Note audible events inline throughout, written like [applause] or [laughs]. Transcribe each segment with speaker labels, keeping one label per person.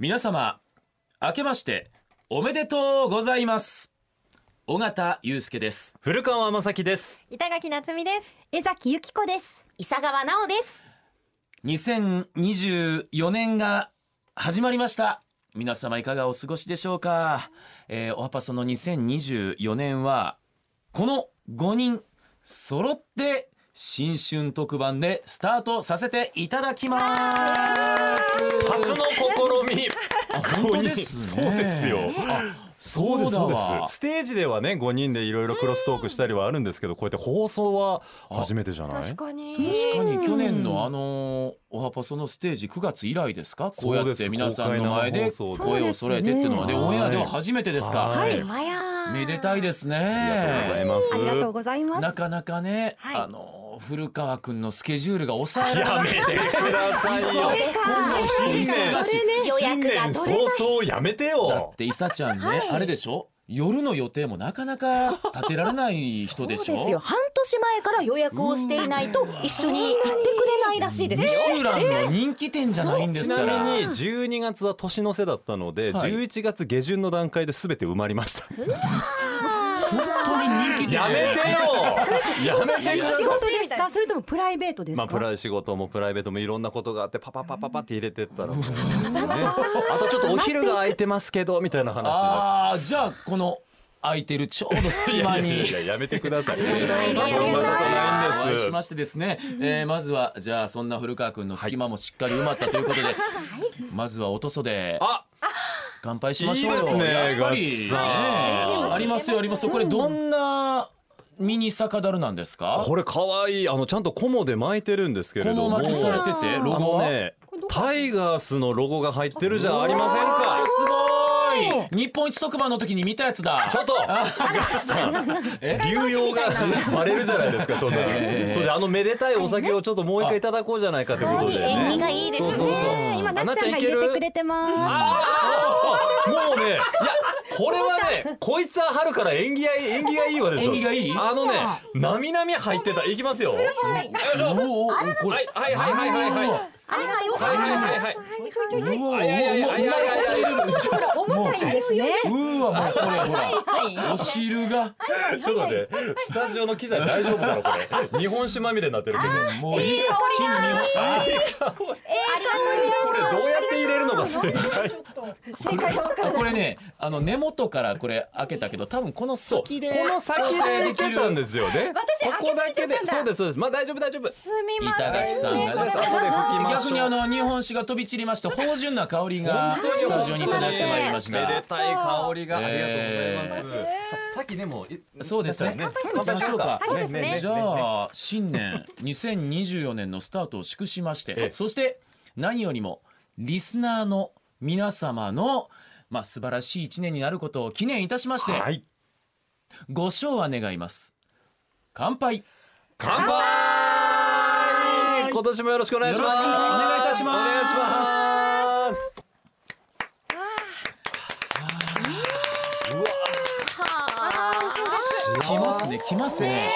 Speaker 1: 皆様明けましておめでとうございます尾形祐介です
Speaker 2: 古川雅樹です
Speaker 3: 板垣夏美です
Speaker 4: 江崎由紀子です
Speaker 3: 伊佐川奈緒です
Speaker 1: 2024年が始まりました皆様いかがお過ごしでしょうか、えー、おはぱその2024年はこの5人揃って新春特番でスタートさせていただきます
Speaker 2: 初の試み
Speaker 1: あ本当ですね
Speaker 2: そうですよ
Speaker 1: あ [laughs] そうだわ
Speaker 2: ステージではね5人でいろいろクロストークしたりはあるんですけどこうやって放送は初めてじゃない
Speaker 3: 確かに
Speaker 1: 確かに去年のあのおはぱそのステージ9月以来ですかこうや
Speaker 2: そう
Speaker 1: っ
Speaker 2: で
Speaker 1: て
Speaker 2: す
Speaker 1: 皆さんの前で
Speaker 2: 公開生放送
Speaker 1: 声を揃えてっていうのはで
Speaker 2: そう
Speaker 1: オン
Speaker 2: ですね
Speaker 1: エアでは初めてですか
Speaker 2: はい
Speaker 3: まや
Speaker 1: めでたいですね
Speaker 2: ありがとうございます
Speaker 4: ありがとうございます
Speaker 1: なかなかね
Speaker 3: はい
Speaker 1: あの古川くんのスケジュールが抑えられ
Speaker 2: や
Speaker 1: な
Speaker 2: め
Speaker 1: い
Speaker 2: てくださいよ新年
Speaker 1: それ
Speaker 3: 予
Speaker 2: 新
Speaker 3: 約が取れない
Speaker 2: 年早々やめて
Speaker 1: だ
Speaker 2: よ
Speaker 1: っていさちゃんねあれでしょ夜の予定もなかなか立てられない人でし
Speaker 5: そうですよ
Speaker 1: ょ
Speaker 5: 半年前から予約をしていないと一緒に行ってくれないらしいです
Speaker 1: ミ
Speaker 5: よ
Speaker 1: シュランの人気店じゃないんで
Speaker 2: ち
Speaker 1: す
Speaker 2: な
Speaker 1: から
Speaker 2: みに12月は年の瀬だったので、
Speaker 1: はい
Speaker 2: 11月下旬の段階で全て埋まりました
Speaker 1: 本当に人気店
Speaker 2: やめ
Speaker 1: [laughs]
Speaker 2: てよやめてください
Speaker 4: 仕事ですかそれともプライベートです
Speaker 2: まあ
Speaker 4: か、
Speaker 2: プライ仕事もプライベートもいろんなことがあってパパパパパって入れてったらもうねあとちょっとお昼が空いてますけどみたいな話になっ
Speaker 1: ああじゃあこの空いてるちょうど
Speaker 2: てい
Speaker 1: 隙間
Speaker 2: やい
Speaker 1: に
Speaker 2: やいややめてくださいそんなこと
Speaker 3: いやいや
Speaker 2: ない
Speaker 1: お
Speaker 2: ん
Speaker 1: 会
Speaker 2: で
Speaker 1: い
Speaker 2: す
Speaker 1: しましてですね、えーまずはじゃあそんな古川君の隙間もしっかり埋まったということで、まずはおとそで
Speaker 2: あ
Speaker 1: 乾杯しましょうよ
Speaker 2: いいです
Speaker 1: や
Speaker 2: ね
Speaker 1: っぱり
Speaker 2: ガッツさん
Speaker 1: ねありますよありますよこれどんなミニ酒樽なんですか、
Speaker 2: これ可愛いあのちゃんとコモで巻いてるんですけれ
Speaker 1: こ
Speaker 2: ど
Speaker 1: の
Speaker 2: も
Speaker 1: 巻きされててロ
Speaker 2: あ
Speaker 1: ゴ
Speaker 2: の
Speaker 1: は、
Speaker 2: ねタイガースのロゴが入ってるじゃありませんか
Speaker 1: すごい日本一特番の時に見たやつだ
Speaker 2: ちょっとガッツさん流用がバレるじゃないですかそんな
Speaker 1: ええ
Speaker 2: それであのめでたいお酒をちょっともう一回いただこうじゃないかということでね
Speaker 3: はい縁起がいいですね
Speaker 2: そうそうそう
Speaker 4: ねえ今なっちゃんが入
Speaker 2: いけ
Speaker 4: れ
Speaker 2: る
Speaker 4: てくれてま
Speaker 2: あもうねいやこれはねこいつは春から縁起がいい縁起がいいわでしょ
Speaker 1: 縁起がいい
Speaker 2: あのねなみなみ入ってたいきますよはい
Speaker 1: おーおーおーこ
Speaker 2: は
Speaker 1: れ
Speaker 2: いはいはいはいはいはいはいはいはいはい
Speaker 1: おーおーおーおー
Speaker 2: いやいやいやいやいやいや
Speaker 4: す重たいですね
Speaker 1: うーわもうこれほらお汁が
Speaker 2: ちょっと待ってスタジオの機材大丈夫だろこれ日本酒まみれになってるけど
Speaker 1: もういい香
Speaker 2: これどうやって入れるのかそれ
Speaker 4: 正解が分から
Speaker 1: あ
Speaker 4: ない
Speaker 1: これねあの根元からこれ開けたけど多分この先で
Speaker 2: この先でいけたんですよね。
Speaker 3: 私
Speaker 2: ここだけで
Speaker 3: 開けすぎちゃったんだ
Speaker 2: そうですそうです。まあ大丈夫大丈夫。そ
Speaker 3: すみま
Speaker 1: 板垣
Speaker 3: せ
Speaker 1: さ
Speaker 3: ん
Speaker 1: ん
Speaker 3: ね
Speaker 1: が
Speaker 2: う
Speaker 1: ね
Speaker 2: です。後で拭きましょう。
Speaker 1: 逆にあの日本酒が飛び散りまして芳醇な香りが
Speaker 2: 本当に
Speaker 1: スタジオにいただいてまいりまし
Speaker 2: めで
Speaker 1: た
Speaker 2: たい香りがあり
Speaker 1: えー
Speaker 2: がとうございます。ささっきでもい
Speaker 1: そうですね
Speaker 2: だったら
Speaker 1: 乾杯しましょうか
Speaker 3: そ
Speaker 2: 乾杯しましょうか
Speaker 3: うですね
Speaker 1: じゃあ新年2024年のスタートを祝しまし
Speaker 2: え
Speaker 1: て
Speaker 2: え
Speaker 1: そして何よりもリスナーの皆様のまあ素晴らしい一年になることを記念いたしまして
Speaker 2: はい。
Speaker 1: ご賞は願います乾杯
Speaker 2: 乾杯。今年もよろしくお願いします。
Speaker 1: よろしくお願いいたします
Speaker 2: お願いします。
Speaker 1: 来ますね来ますね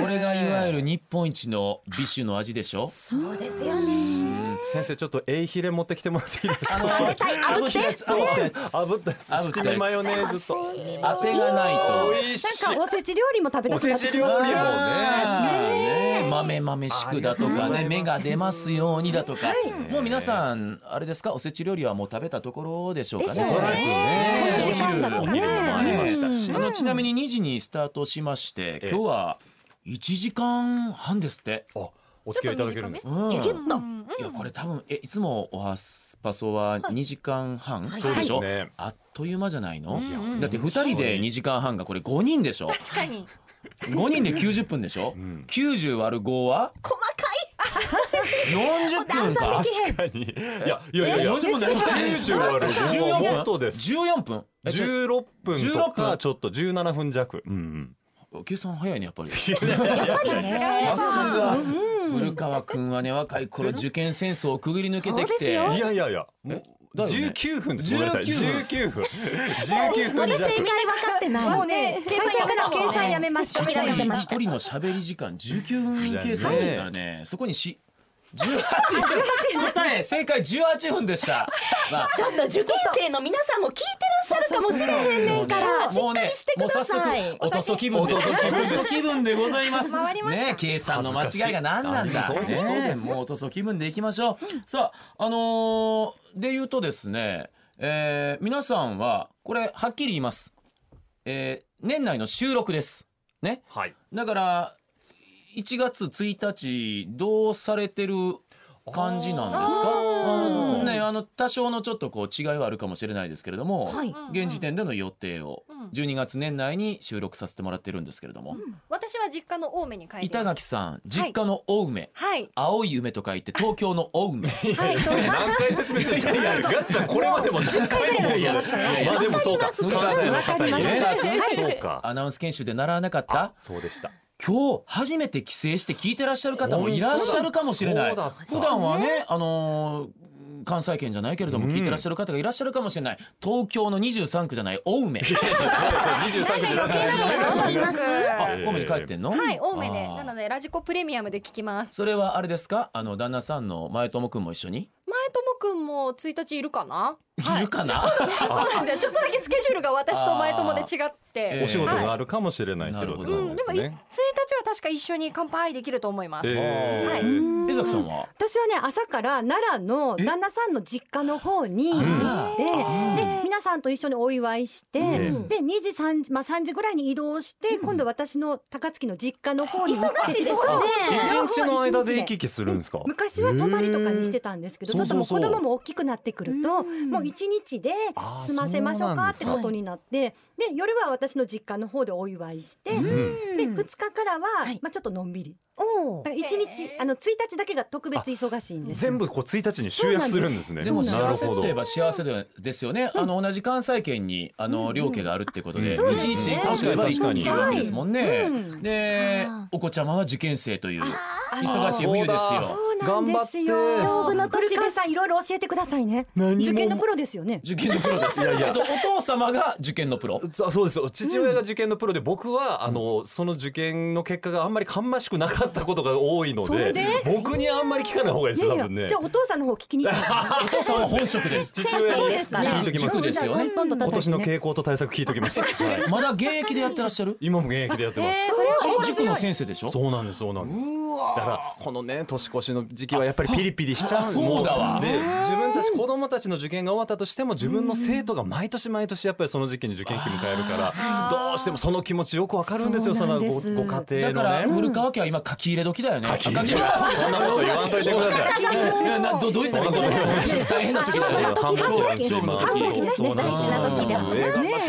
Speaker 1: これがいわゆる日本一の美酒の味でしょ
Speaker 3: そうですよね
Speaker 2: 先生ちょっとエイヒレ持ってきてもらっていいですか。
Speaker 1: 炙ったやつ炙ったやつ
Speaker 2: 炙ったや
Speaker 1: 炙った
Speaker 2: つ
Speaker 1: やつ
Speaker 2: 七味マヨネーズと。
Speaker 1: 当てがないと
Speaker 2: 美味しい
Speaker 4: な。んかおせち料理も食べた
Speaker 2: お
Speaker 4: く
Speaker 2: せ
Speaker 4: なって
Speaker 2: ち
Speaker 4: き
Speaker 2: 料
Speaker 4: ま
Speaker 2: 理
Speaker 4: す
Speaker 2: もね。
Speaker 1: ね豆豆しくだとかね芽が出ますようにだとかもう皆さんあれですかおせち料理はもう食べたところでしょうかね
Speaker 2: おそらくね。
Speaker 1: お昼
Speaker 4: お
Speaker 1: お
Speaker 4: 昼
Speaker 1: 昼もありましたし
Speaker 2: うん
Speaker 1: あのちなみに2時にスタートしまして
Speaker 2: え
Speaker 1: 今日は1時間半ですって。
Speaker 2: あ、お付き合いいただけるんです。
Speaker 1: うん
Speaker 5: ギュギュッと
Speaker 1: いやこれ多分えいつもおはスパソは2時間半、そうでしょ、
Speaker 2: はいそうですね
Speaker 1: あっという間じゃないの、
Speaker 2: いや
Speaker 1: だって2人で2時間半がこれ5人でしょ
Speaker 3: 確かに
Speaker 1: 5人で90分でしょ、
Speaker 2: ん
Speaker 1: 90割る5は
Speaker 3: 細か
Speaker 1: 40分か
Speaker 2: 確かに。いやいやいやいや。
Speaker 1: 40分だよ
Speaker 2: 90割る5はもっとです。
Speaker 1: 14分えちょ
Speaker 2: 16分と
Speaker 1: 16分
Speaker 2: かちょっと17分弱。うん
Speaker 1: 計算早いねやっぱりさ
Speaker 2: うん。いやいやいや
Speaker 1: すが古川君はね若い頃受験戦争をくぐり抜けてきて
Speaker 2: いやいやいや。もう
Speaker 1: だよね
Speaker 2: 19分です。ごめんなさい。19分。
Speaker 3: い
Speaker 2: 19分
Speaker 3: 私
Speaker 2: 弱。
Speaker 3: みんな分かってない
Speaker 4: もうね最初から計算やめました
Speaker 3: 諦めまし
Speaker 1: 一人の喋り時間19分計算ですからねそこにし18答え正解18分でした、まあ
Speaker 5: ちょっと受験生の皆さんも聞いてらっしゃるかもしれへんねんからし
Speaker 1: も
Speaker 5: っ
Speaker 1: う
Speaker 5: か
Speaker 1: ね
Speaker 5: りしてく
Speaker 1: もう
Speaker 5: だ
Speaker 1: 早速
Speaker 5: さい。
Speaker 1: おとそ気分ですおとそ気分でございます [laughs]
Speaker 4: 回りました
Speaker 1: ね計算の間違いが何なんだ
Speaker 2: 恥ずかし
Speaker 1: ね
Speaker 2: いあそうです
Speaker 1: もうおとそ気分でいきましょう、さああのーで言うとですね、えー皆さんはこれはっきり言います、えー年内の収録ですね
Speaker 2: はい。
Speaker 1: だから1月1日どうされてる感じなんですかあのねあの多少のちょっとこう違いはあるかもしれないですけれども、
Speaker 5: はい
Speaker 1: 現時点での予定を12月年内に収録させてもらってるんですけれども、
Speaker 6: 私は実家の青梅に帰ります
Speaker 1: 板垣さん実家の青梅、
Speaker 6: はい
Speaker 1: 青い梅と書いて東京の青梅
Speaker 6: はいそうです
Speaker 2: 何回説明するんですか。ガッツさんこれまでも何回もいやいやいやまあでもそうか。関西の方にね。そうか。
Speaker 1: [laughs] アナウンス研修で習わなかった
Speaker 2: そうで [laughs] した。
Speaker 1: 今日初めて帰省して聞いてらっしゃる方もいらっしゃるかもしれない
Speaker 2: 本当だそうだった
Speaker 1: 普段はねあのー関西圏じゃないけれども
Speaker 2: うん
Speaker 1: 聞いてらっしゃる方がいらっしゃるかもしれない東京の23区じゃない青梅
Speaker 2: 二十三
Speaker 6: 余計なのがどんどん出ます
Speaker 1: あ青梅に帰ってんの
Speaker 6: はい青梅で
Speaker 1: あー
Speaker 6: なのでラジコプレミアムで聞きます
Speaker 1: それはあれですかあの旦那さんの前友くんも一緒に
Speaker 6: 前友くんも1日いるかな、
Speaker 1: いるかな、
Speaker 6: そうなんですよちょっとだけスケジュールが私と前友で違っ
Speaker 1: えー
Speaker 6: て
Speaker 2: お仕事があるかもしれないってことなん
Speaker 6: で
Speaker 2: で
Speaker 6: も
Speaker 2: す
Speaker 6: 1日は
Speaker 2: ね。
Speaker 6: 確か一緒に乾杯できると思います、
Speaker 2: え
Speaker 6: はい
Speaker 2: ー
Speaker 1: 江崎さんは
Speaker 4: 私はね朝から奈良の旦那さんの実家の方に行って、で皆さんと一緒にお祝いして、
Speaker 2: ん
Speaker 4: で2時3時まあ3時ぐらいに移動して、今度私の高槻の実家の方に行って
Speaker 5: 忙しいですね
Speaker 2: 一日の間で行き
Speaker 4: き
Speaker 2: 来するんですか。
Speaker 4: 昔は泊まりとかにしてたんですけど、
Speaker 2: へー
Speaker 4: ちょっともう
Speaker 2: そう
Speaker 4: 子
Speaker 2: そうそう
Speaker 4: 供も大きくなってくると、もう一日で済ませましょうかってことになって、で夜は私の実家の方でお祝いして、
Speaker 2: うん
Speaker 4: で2日からは、まあちょっとのんびり。
Speaker 5: お
Speaker 4: だから一日あの一日だけが特別忙しいんです。
Speaker 2: 全部こう1日に集約するんですね。
Speaker 1: でも
Speaker 2: な
Speaker 1: 幸
Speaker 2: る
Speaker 1: せ
Speaker 2: ほ
Speaker 1: といえ
Speaker 2: ど。
Speaker 1: ば幸せでですよね。あの同じ関西圏にあの両家があるってことで、一
Speaker 2: うん
Speaker 1: 日一個といえば一個にいるわけですもんね。で、お子ちゃまは受験生という忙しい冬です
Speaker 2: あー
Speaker 1: よ。
Speaker 4: そうなんですよ。
Speaker 2: 頑張って
Speaker 5: 勝負の年です
Speaker 4: 古川さんいろいろ教えてくださいね。
Speaker 2: 何も
Speaker 4: 受験のプロですよね。
Speaker 1: 受験のプロです。
Speaker 2: いやいや
Speaker 1: えっとお父様が受験のプロ。
Speaker 2: そそうですよ父親が受験のプロで、僕はあのその受験の結果があんまり芳しくなかったことが多いの
Speaker 4: そ
Speaker 2: で
Speaker 4: れで
Speaker 2: 僕にあんまり聞かない方がいいです
Speaker 4: いや
Speaker 2: 多
Speaker 4: いや、
Speaker 2: 分ね
Speaker 4: じゃあお父さんの方聞きに行って。
Speaker 1: お父さんは本職です。
Speaker 2: 父親
Speaker 5: そうですから
Speaker 2: 聞いときます
Speaker 1: 塾ですよね
Speaker 4: どんどん
Speaker 2: 今
Speaker 4: 叩い
Speaker 2: 年
Speaker 4: て
Speaker 2: の
Speaker 4: ね。
Speaker 2: 傾向と対策聞いとき
Speaker 4: [laughs]
Speaker 2: ます、はい
Speaker 1: まだ現役でやってらっしゃる。
Speaker 2: 今も現役でやってます、
Speaker 4: それは
Speaker 1: 塾塾の先生でしょ。
Speaker 2: そうなんですそうなんですだからこのね年越しの時期はやっぱりピリピリしちゃ
Speaker 1: あ
Speaker 2: う
Speaker 1: そうだわ
Speaker 2: もで自分たち子供たちの受験が終わったとしても自分の生徒が毎年毎年やっぱりその時期に受験期迎えるからどうしてもその気持ちよくわかるんですよそのごご家庭のね
Speaker 1: だから古川家は今書き入れ時だよね。書
Speaker 2: そんなこと言わんといてください。
Speaker 1: いやなどどういったこと大変な時期だよ。
Speaker 2: 半分ね頑張って
Speaker 5: そうなんです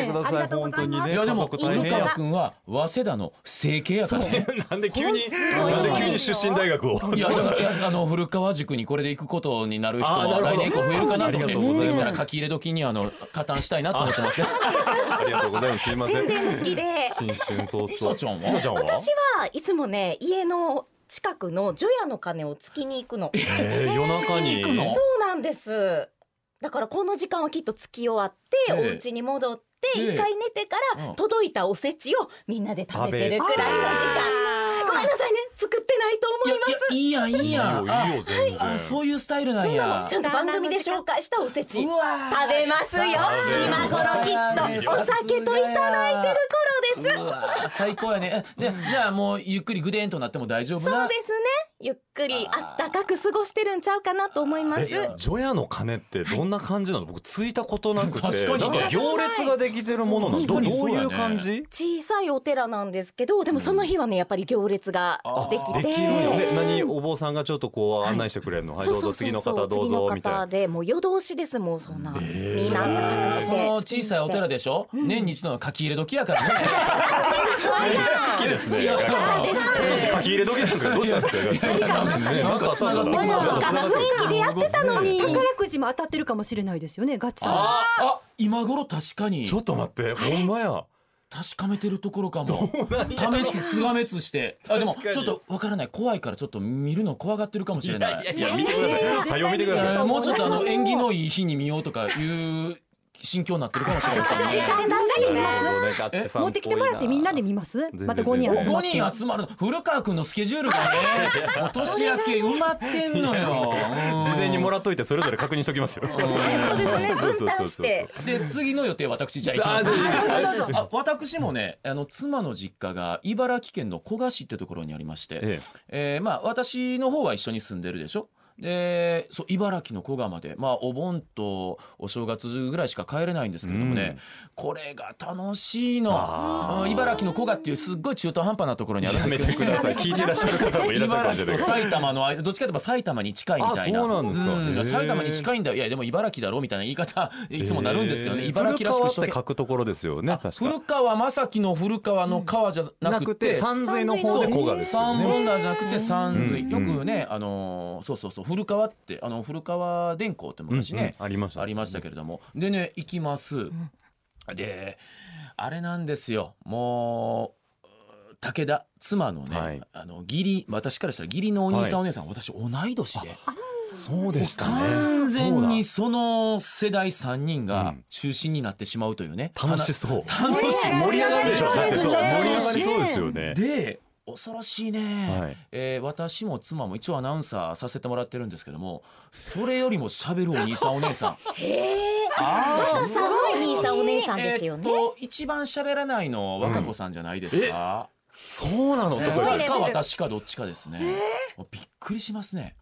Speaker 2: ください。本当にね。
Speaker 1: いやでも
Speaker 2: 家
Speaker 1: 古
Speaker 2: 族大変
Speaker 1: 川
Speaker 2: や。
Speaker 1: 君は早稲田の整形やからね。
Speaker 2: なんで急になんで急に出身大学を。
Speaker 1: いやだからいやあの古川塾にこれで行くことになる人
Speaker 2: あーな
Speaker 1: は来
Speaker 2: るほど
Speaker 1: 年以降増えるかなと思っ
Speaker 2: あ
Speaker 1: て
Speaker 2: りがとうござ
Speaker 1: で
Speaker 2: い
Speaker 1: き
Speaker 2: ます
Speaker 1: たら書き入れ時にあの加担したいなと思ってますけど。
Speaker 2: ありがとうございます。すいません。
Speaker 5: 好きで
Speaker 2: 新春早々。
Speaker 1: さちゃんは
Speaker 2: さちゃんは。
Speaker 5: 私はいつもね家の近くの除夜の鐘をつきに行くの。
Speaker 2: えー夜中に。
Speaker 1: 好きに行くの
Speaker 5: そうなんです。だからこの時間はきっと月き終わって、
Speaker 1: ええ
Speaker 5: お家に戻っ
Speaker 1: え
Speaker 5: て。
Speaker 1: え
Speaker 5: 一回寝てか
Speaker 1: う
Speaker 5: ら
Speaker 1: ん
Speaker 5: 届いたおせちをみんなで食べてるくらいの時間ごめんなさいね作ってないと
Speaker 1: いや
Speaker 5: 思います
Speaker 1: いやいいやんいいやん。
Speaker 2: いいよいいよ全然
Speaker 1: ああそういうスタイルなん
Speaker 5: そうな
Speaker 1: や
Speaker 5: のち。ゃんと番組で紹介したおせち
Speaker 1: う
Speaker 5: 食
Speaker 1: わー
Speaker 5: べますよ今頃きっとお酒といただいてる頃です
Speaker 1: うわー最高やね。えでじゃあもうゆっくりぐでんとなっても大丈夫
Speaker 5: そう
Speaker 1: な
Speaker 5: で。すねゆっくりあったかく過ごしてるんちゃうかなと思います
Speaker 2: え除夜の鐘ってどんな感じなの、僕ついたことなくて
Speaker 1: 確かに
Speaker 2: なんか行列ができてるものなの
Speaker 1: 確か
Speaker 2: ど
Speaker 1: に
Speaker 2: どうい
Speaker 1: そう
Speaker 2: う
Speaker 1: だね
Speaker 2: 感じ
Speaker 5: 小さいお寺なんですけどでもその日はねやっぱり行列ができて
Speaker 2: できるよね何お坊さんがちょっとこう案内してくれるの、はい、
Speaker 5: そう
Speaker 2: どうぞ
Speaker 5: そうそう
Speaker 2: 次
Speaker 5: そ
Speaker 2: の方どう
Speaker 5: 次の
Speaker 2: ぞみたい
Speaker 5: 方
Speaker 2: な
Speaker 5: でもう夜通しですもうそんな、みんなあったかくして
Speaker 1: その小さいお寺でしょ。年に一度の書き入れ時やから
Speaker 5: [laughs]
Speaker 1: ね。
Speaker 2: 好きですね今年書き入れ時なんですかどうしたんですか [laughs] なんかさ
Speaker 1: なんか
Speaker 5: 豪華な雰囲気でやってたのに
Speaker 4: 宝くじも当たってるかもしれないですよね、ガッツさん。
Speaker 1: ああ今頃確かに
Speaker 2: ちょっと待ってほんまや
Speaker 1: 確かめてるところかも。ためつすがめつして。あでも
Speaker 2: 確かに
Speaker 1: ちょっとわからない怖いからちょっと見るの怖がってるかもしれない。
Speaker 2: いや見てください早見てください
Speaker 1: もうちょっとあの縁起のいい日に見ようとかいう心境になってるかもしれませんね
Speaker 4: 実際に何人います
Speaker 2: ガッチさんぽいな
Speaker 4: 持ってきてもらってみんなで見ます
Speaker 2: 全然
Speaker 4: また5人集
Speaker 1: 5
Speaker 4: まって
Speaker 1: 人集まるの古川君のスケジュールがね [laughs] もう年明け埋まってんのよ
Speaker 2: 事前にも
Speaker 1: ら
Speaker 2: らっといてそれぞれ確認しておきますよ。
Speaker 5: そうですね
Speaker 2: そうそうそうそう
Speaker 5: 分担して
Speaker 1: で次の予定私じゃあ行きますあ私もねあの妻の実家が茨城県の古河市ってところにありまして、え
Speaker 2: え
Speaker 1: ーまあ、私の方は一緒に住んでるでしょでそう茨城の古河まで、まあ、お盆とお正月ぐらいしか帰れないんですけれどもね、これが楽しいの
Speaker 2: あー
Speaker 1: うん茨城の古河っていうすっごい中途半端なところ
Speaker 2: え
Speaker 1: にあるん
Speaker 2: や
Speaker 1: です
Speaker 2: め [laughs]
Speaker 1: けど
Speaker 2: てください。聞いてらっしゃる方もいらっしゃるかも
Speaker 1: 茨城
Speaker 2: しれな
Speaker 1: と
Speaker 2: いから。
Speaker 1: [laughs] 埼玉の間どっちかといえば埼玉に近いみたいな
Speaker 2: あそうなんですかへー
Speaker 1: 埼玉に近いんだよいやでも茨城だろみたいな言い方いつもなるんですけどね、
Speaker 2: ええ
Speaker 1: 茨城らしくしと
Speaker 2: 古川っ
Speaker 1: け
Speaker 2: て書くところですよね。確か
Speaker 1: 古川正樹の古川の川じゃな
Speaker 2: な
Speaker 1: く
Speaker 2: く
Speaker 1: て
Speaker 2: て山水の方で古賀ですよ
Speaker 1: 三
Speaker 2: ね。
Speaker 1: 本川じゃなくて山水、
Speaker 2: うん
Speaker 1: よくね、あのーそうそうそう古川ってあの古川電工って昔ね、
Speaker 2: うんうんありました
Speaker 1: ありましたけれどもでね行きます、であれなんですよもう武田妻のね、
Speaker 2: はい
Speaker 1: あの義理私からしたら義理のお兄さん、お姉さん私同い年で
Speaker 2: そうでしたね。
Speaker 1: 完全に
Speaker 2: そ
Speaker 1: その世代3人
Speaker 2: う
Speaker 1: が
Speaker 2: ん
Speaker 1: 中心になってしまうというね
Speaker 2: うだ楽しそう。
Speaker 1: 楽しい
Speaker 2: 盛り上がるでしょ。だってそう盛り上が
Speaker 1: 楽し
Speaker 2: り
Speaker 1: い
Speaker 2: そうですよね。
Speaker 1: で恐ろしいね、
Speaker 2: はい
Speaker 1: えー私も妻も一応アナウンサーさせてもらってるんですけどもそれよりも喋るお兄さんお姉さんあ
Speaker 5: すごい兄さんお姉さん
Speaker 1: ー
Speaker 5: ですよね
Speaker 1: えーっと一番喋らないの和歌子さんじゃないですか、
Speaker 2: そうなのと
Speaker 1: と
Speaker 2: か
Speaker 1: か
Speaker 2: 言っ
Speaker 1: 私かどっちかですね、びっくりしますね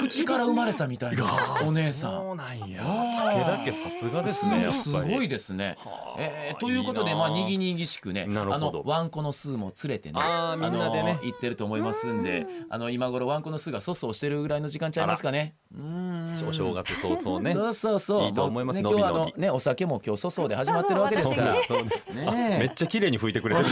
Speaker 1: 口から生まれたみたい
Speaker 2: て
Speaker 1: なお姉さん
Speaker 2: そうなんや。
Speaker 1: あー
Speaker 2: 武田家さすがですね。やっぱり
Speaker 1: すごい。ですね
Speaker 2: は。あ
Speaker 1: えーということで
Speaker 2: いいな
Speaker 1: ま
Speaker 2: あ
Speaker 1: あにぎにぎしくね、
Speaker 2: なる
Speaker 1: あ
Speaker 2: ほど
Speaker 1: のワンコの数も連れてね、
Speaker 2: あーみんなでね
Speaker 1: のー行ってると思いますんで、あの今頃ワンコの数が粗相してるぐらいの時間ちゃいますかね。うーん
Speaker 2: お正月早々ね。
Speaker 1: そうそうそう。
Speaker 2: いいと思います
Speaker 1: もうね今日は
Speaker 2: のびのび
Speaker 1: あのねお酒も今日粗相で始まってるわけですから。
Speaker 2: そうですね。
Speaker 1: ねえ
Speaker 2: めっちゃ綺麗に拭いてくれてる。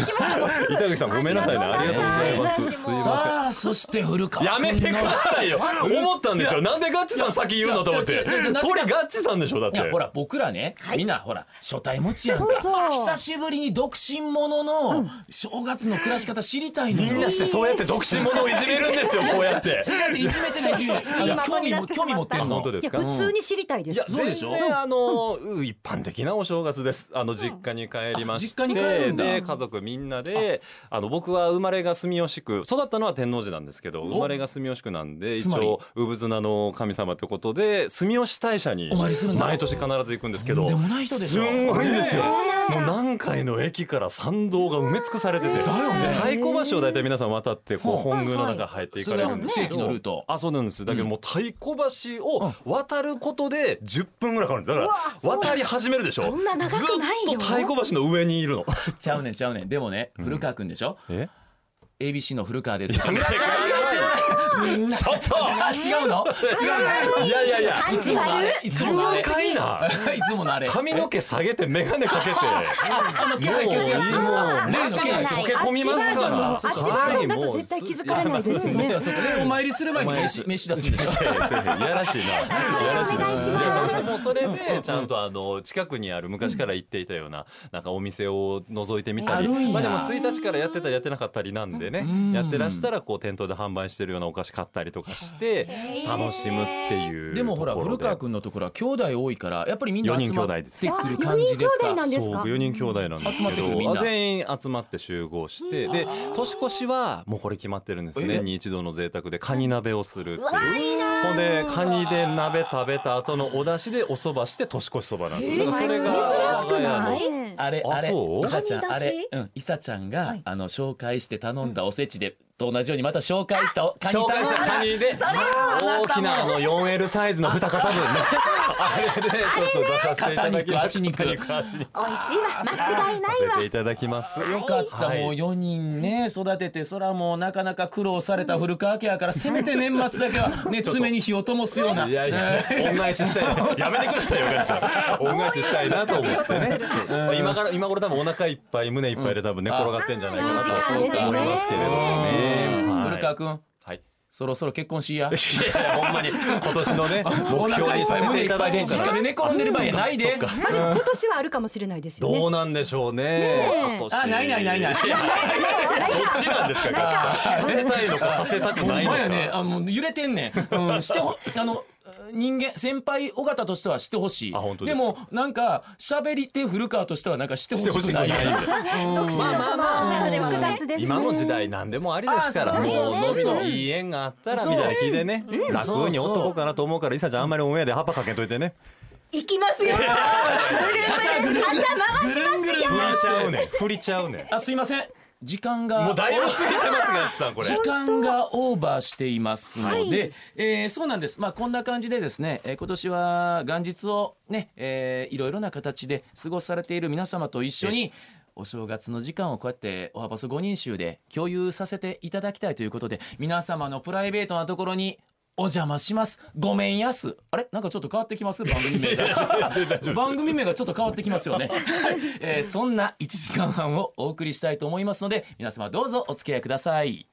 Speaker 2: 板口さんごめんなさいね。ありがとうございます。すいま
Speaker 1: さあそして古
Speaker 2: せん。
Speaker 1: 川
Speaker 2: や
Speaker 1: 君の
Speaker 2: めてくださいよ。思ったんですよ。なんでガッチさん先言うのと思っ
Speaker 1: いや
Speaker 2: て。
Speaker 1: 違う違う違うなぜか
Speaker 2: 鳥ガッチさんでしょだっ
Speaker 1: い
Speaker 2: て。
Speaker 1: やほら僕らね、みんなほら初対持ちやんか
Speaker 4: そうそう
Speaker 1: 久しぶりに独身者の正月の暮らし方知りたいのよ、
Speaker 2: みんなしてそうやって独身者をいじめるんですよ。こうや [laughs] って。
Speaker 1: 違う違ういじめてないいじめてないあの興味も興味持ってんの
Speaker 2: 本当ですか。
Speaker 4: いや普通に知りたいです。
Speaker 1: そうでしょ
Speaker 2: 全然あの、うん一般的なお正月です。あの実家に帰りまして、
Speaker 1: あ実家に帰るんだ
Speaker 2: で家族みんなで、あの僕は生まれが住吉区、育ったのは天王寺なんですけど、生まれが住吉区なんで
Speaker 1: つ
Speaker 2: 一
Speaker 1: まり
Speaker 2: 応産綱の神様ということで住吉大社に
Speaker 1: お参りするんだ
Speaker 2: 毎年必ず行くんですけ
Speaker 1: とん
Speaker 2: ど
Speaker 1: でもない人でし
Speaker 2: す
Speaker 1: ょ
Speaker 2: んごいんですよ。もう南海の駅から参道が埋め尽くされてて、で太鼓橋を大体皆さん渡ってこう
Speaker 1: ほ
Speaker 2: 本宮の中入っていかれるんですけ
Speaker 1: それはね正規の
Speaker 2: ど
Speaker 1: ルート
Speaker 2: あそうなんですだけどもう太鼓橋を渡ることで10分ぐらいかかるんですだから渡り始めるでしょそんな長くないよずっと太鼓橋の上にいるの
Speaker 1: ちゃうねんちゃうねんでもね古川くんでしょ
Speaker 2: え
Speaker 1: ABC の古川です
Speaker 2: やめてくださいちょっ
Speaker 1: あ違うの
Speaker 2: といやいやいや
Speaker 1: いつものあれいつものあれ
Speaker 2: 重快ない
Speaker 1: つものあれ
Speaker 2: 髪の毛下げて眼鏡かけて
Speaker 1: あの気配消すやつ
Speaker 2: もうもう
Speaker 1: レジ
Speaker 2: 溶け込みますから
Speaker 1: あっ
Speaker 4: ちバージョンだ
Speaker 2: はいもう
Speaker 4: あっちバージョンだと絶対気づかれないですよね
Speaker 1: そうだよそうだよでお参りする前に飯飯出すんでしょ
Speaker 2: いやいやいやらしいな。いやらしいな。いやそうもうそれでちゃんとあの近くにある昔から行っていたようななんかお店を覗いてみた
Speaker 1: あ
Speaker 2: り、
Speaker 1: るんや
Speaker 2: まあでも1日からやってたりやってなかったりなんでね
Speaker 1: ん、
Speaker 2: やってらしたらこう店頭で販売してるようなお菓子買ったりとかして楽しむっていう
Speaker 1: でもほら
Speaker 2: ところ
Speaker 1: 古
Speaker 2: で
Speaker 1: 川くんのところは兄弟多いからやっぱりみんな
Speaker 2: 四
Speaker 1: 集
Speaker 2: 人
Speaker 1: ま
Speaker 2: 兄
Speaker 1: って
Speaker 2: 弟です
Speaker 1: くる感じです
Speaker 4: あ四人兄弟な
Speaker 1: か
Speaker 4: ん
Speaker 2: そう4人兄弟なんで
Speaker 4: ですか
Speaker 2: す
Speaker 1: 集まっ
Speaker 2: け
Speaker 1: てくる
Speaker 2: ど
Speaker 1: みんな
Speaker 2: 全員集まって集合してで年越しはもうこれ決まってるんです
Speaker 1: え
Speaker 2: 年に一度の贅沢でカニ鍋をするっていうほんでカニで鍋食べた後のお出汁でお蕎麦して年越しそばなんですよだからそれが
Speaker 4: 珍しくない
Speaker 2: い？
Speaker 1: あれ
Speaker 2: あ
Speaker 1: あれ
Speaker 2: そう
Speaker 1: イサちゃんあ
Speaker 5: カニだし
Speaker 1: れうんイサちゃんがあの紹介して頼んだおせちでと同じようにまた紹介したおカニ
Speaker 2: 紹介したカニで大きなあの 4L サイズの豚肩分ねあれでちょっと出させてい
Speaker 1: 肩
Speaker 2: ただきます
Speaker 1: 肉足肉
Speaker 2: 肩足肉
Speaker 5: 美味しいわ間違い
Speaker 2: さ
Speaker 5: ない
Speaker 2: せていただきますよ
Speaker 1: よかった、もう四人ね育ててそらもうなかなか苦労された古川家やからせめて年末だけ
Speaker 2: [laughs]
Speaker 1: はね爪に火を灯すようない
Speaker 2: やいや、恩返ししたいな。 [laughs] やめてくださいよ、お母さん。恩返ししたいなと思ってね。 [laughs] うん今から、今頃多分お腹いっぱい、胸いっぱいで多分寝転がってんじゃないかなと
Speaker 1: あそうか
Speaker 2: 思いますけれどもね。はい
Speaker 1: 古川。君
Speaker 2: はい。
Speaker 1: そろそろ結婚しいや
Speaker 2: いやいや、ほんまに、今年のね、
Speaker 1: お
Speaker 2: [laughs] 目標
Speaker 1: 腹いっぱ
Speaker 2: にさ
Speaker 1: い
Speaker 2: せ
Speaker 1: 胸
Speaker 2: て
Speaker 1: い
Speaker 2: い
Speaker 1: っ
Speaker 2: た
Speaker 1: ぱ
Speaker 2: だ
Speaker 1: い
Speaker 2: こ
Speaker 1: で
Speaker 2: う
Speaker 1: 実
Speaker 2: か
Speaker 1: 家
Speaker 2: な
Speaker 1: で寝転んでる場合やないで
Speaker 4: まあでも今年はあるかもしれないですよね。
Speaker 2: どうなんでしょうね。今年
Speaker 1: あないないないない
Speaker 2: やどっちなんですか、ガッツさん。させたいのか、させたく
Speaker 1: ほん
Speaker 2: ないの
Speaker 1: ま
Speaker 2: か
Speaker 1: や。ねあもう揺れてんねん、うん、してほあの人間先輩尾形としてはしてほしい
Speaker 2: あ本当
Speaker 1: で
Speaker 2: ですか
Speaker 1: もなんか喋り手古川としてはなんかしてほしくない
Speaker 2: してほしくない
Speaker 1: うん
Speaker 6: まあまあまあならでは
Speaker 4: 複
Speaker 6: のね
Speaker 4: 雑ですね
Speaker 2: 今の時代何でもありですから
Speaker 1: あそう
Speaker 2: もう
Speaker 1: そうそう
Speaker 2: のびのいい縁があったら
Speaker 1: そう
Speaker 2: みたいな気でね
Speaker 1: ん
Speaker 2: 楽に男かなと思うからいさちゃんあんまりオンエアでハパかけといてね
Speaker 5: 行きますよ。 [laughs]
Speaker 1: ぐるんぐるん
Speaker 2: 振り
Speaker 1: 回し
Speaker 2: ち
Speaker 1: て
Speaker 2: ゃうねん振りちゃうねん
Speaker 1: あすいません時間が
Speaker 2: もうだいぶ過ぎてますがやつさんこれ
Speaker 1: 時間がオーバーしていますので、えーそうなんです。まあこんな感じでですね、えー今年は元日をね、えーいろいろな形で過ごされている皆様と一緒に。お正月の時間をこうやっておはパス5人集で共有させていただきたいということで皆様のプライベートなところにお邪魔しますごめんやすあれなんかちょっと変わってきます番組名が番組名がちょっと変わってきますよね、はいえーそんな1時間半をお送りしたいと思いますので皆様どうぞお付き合いください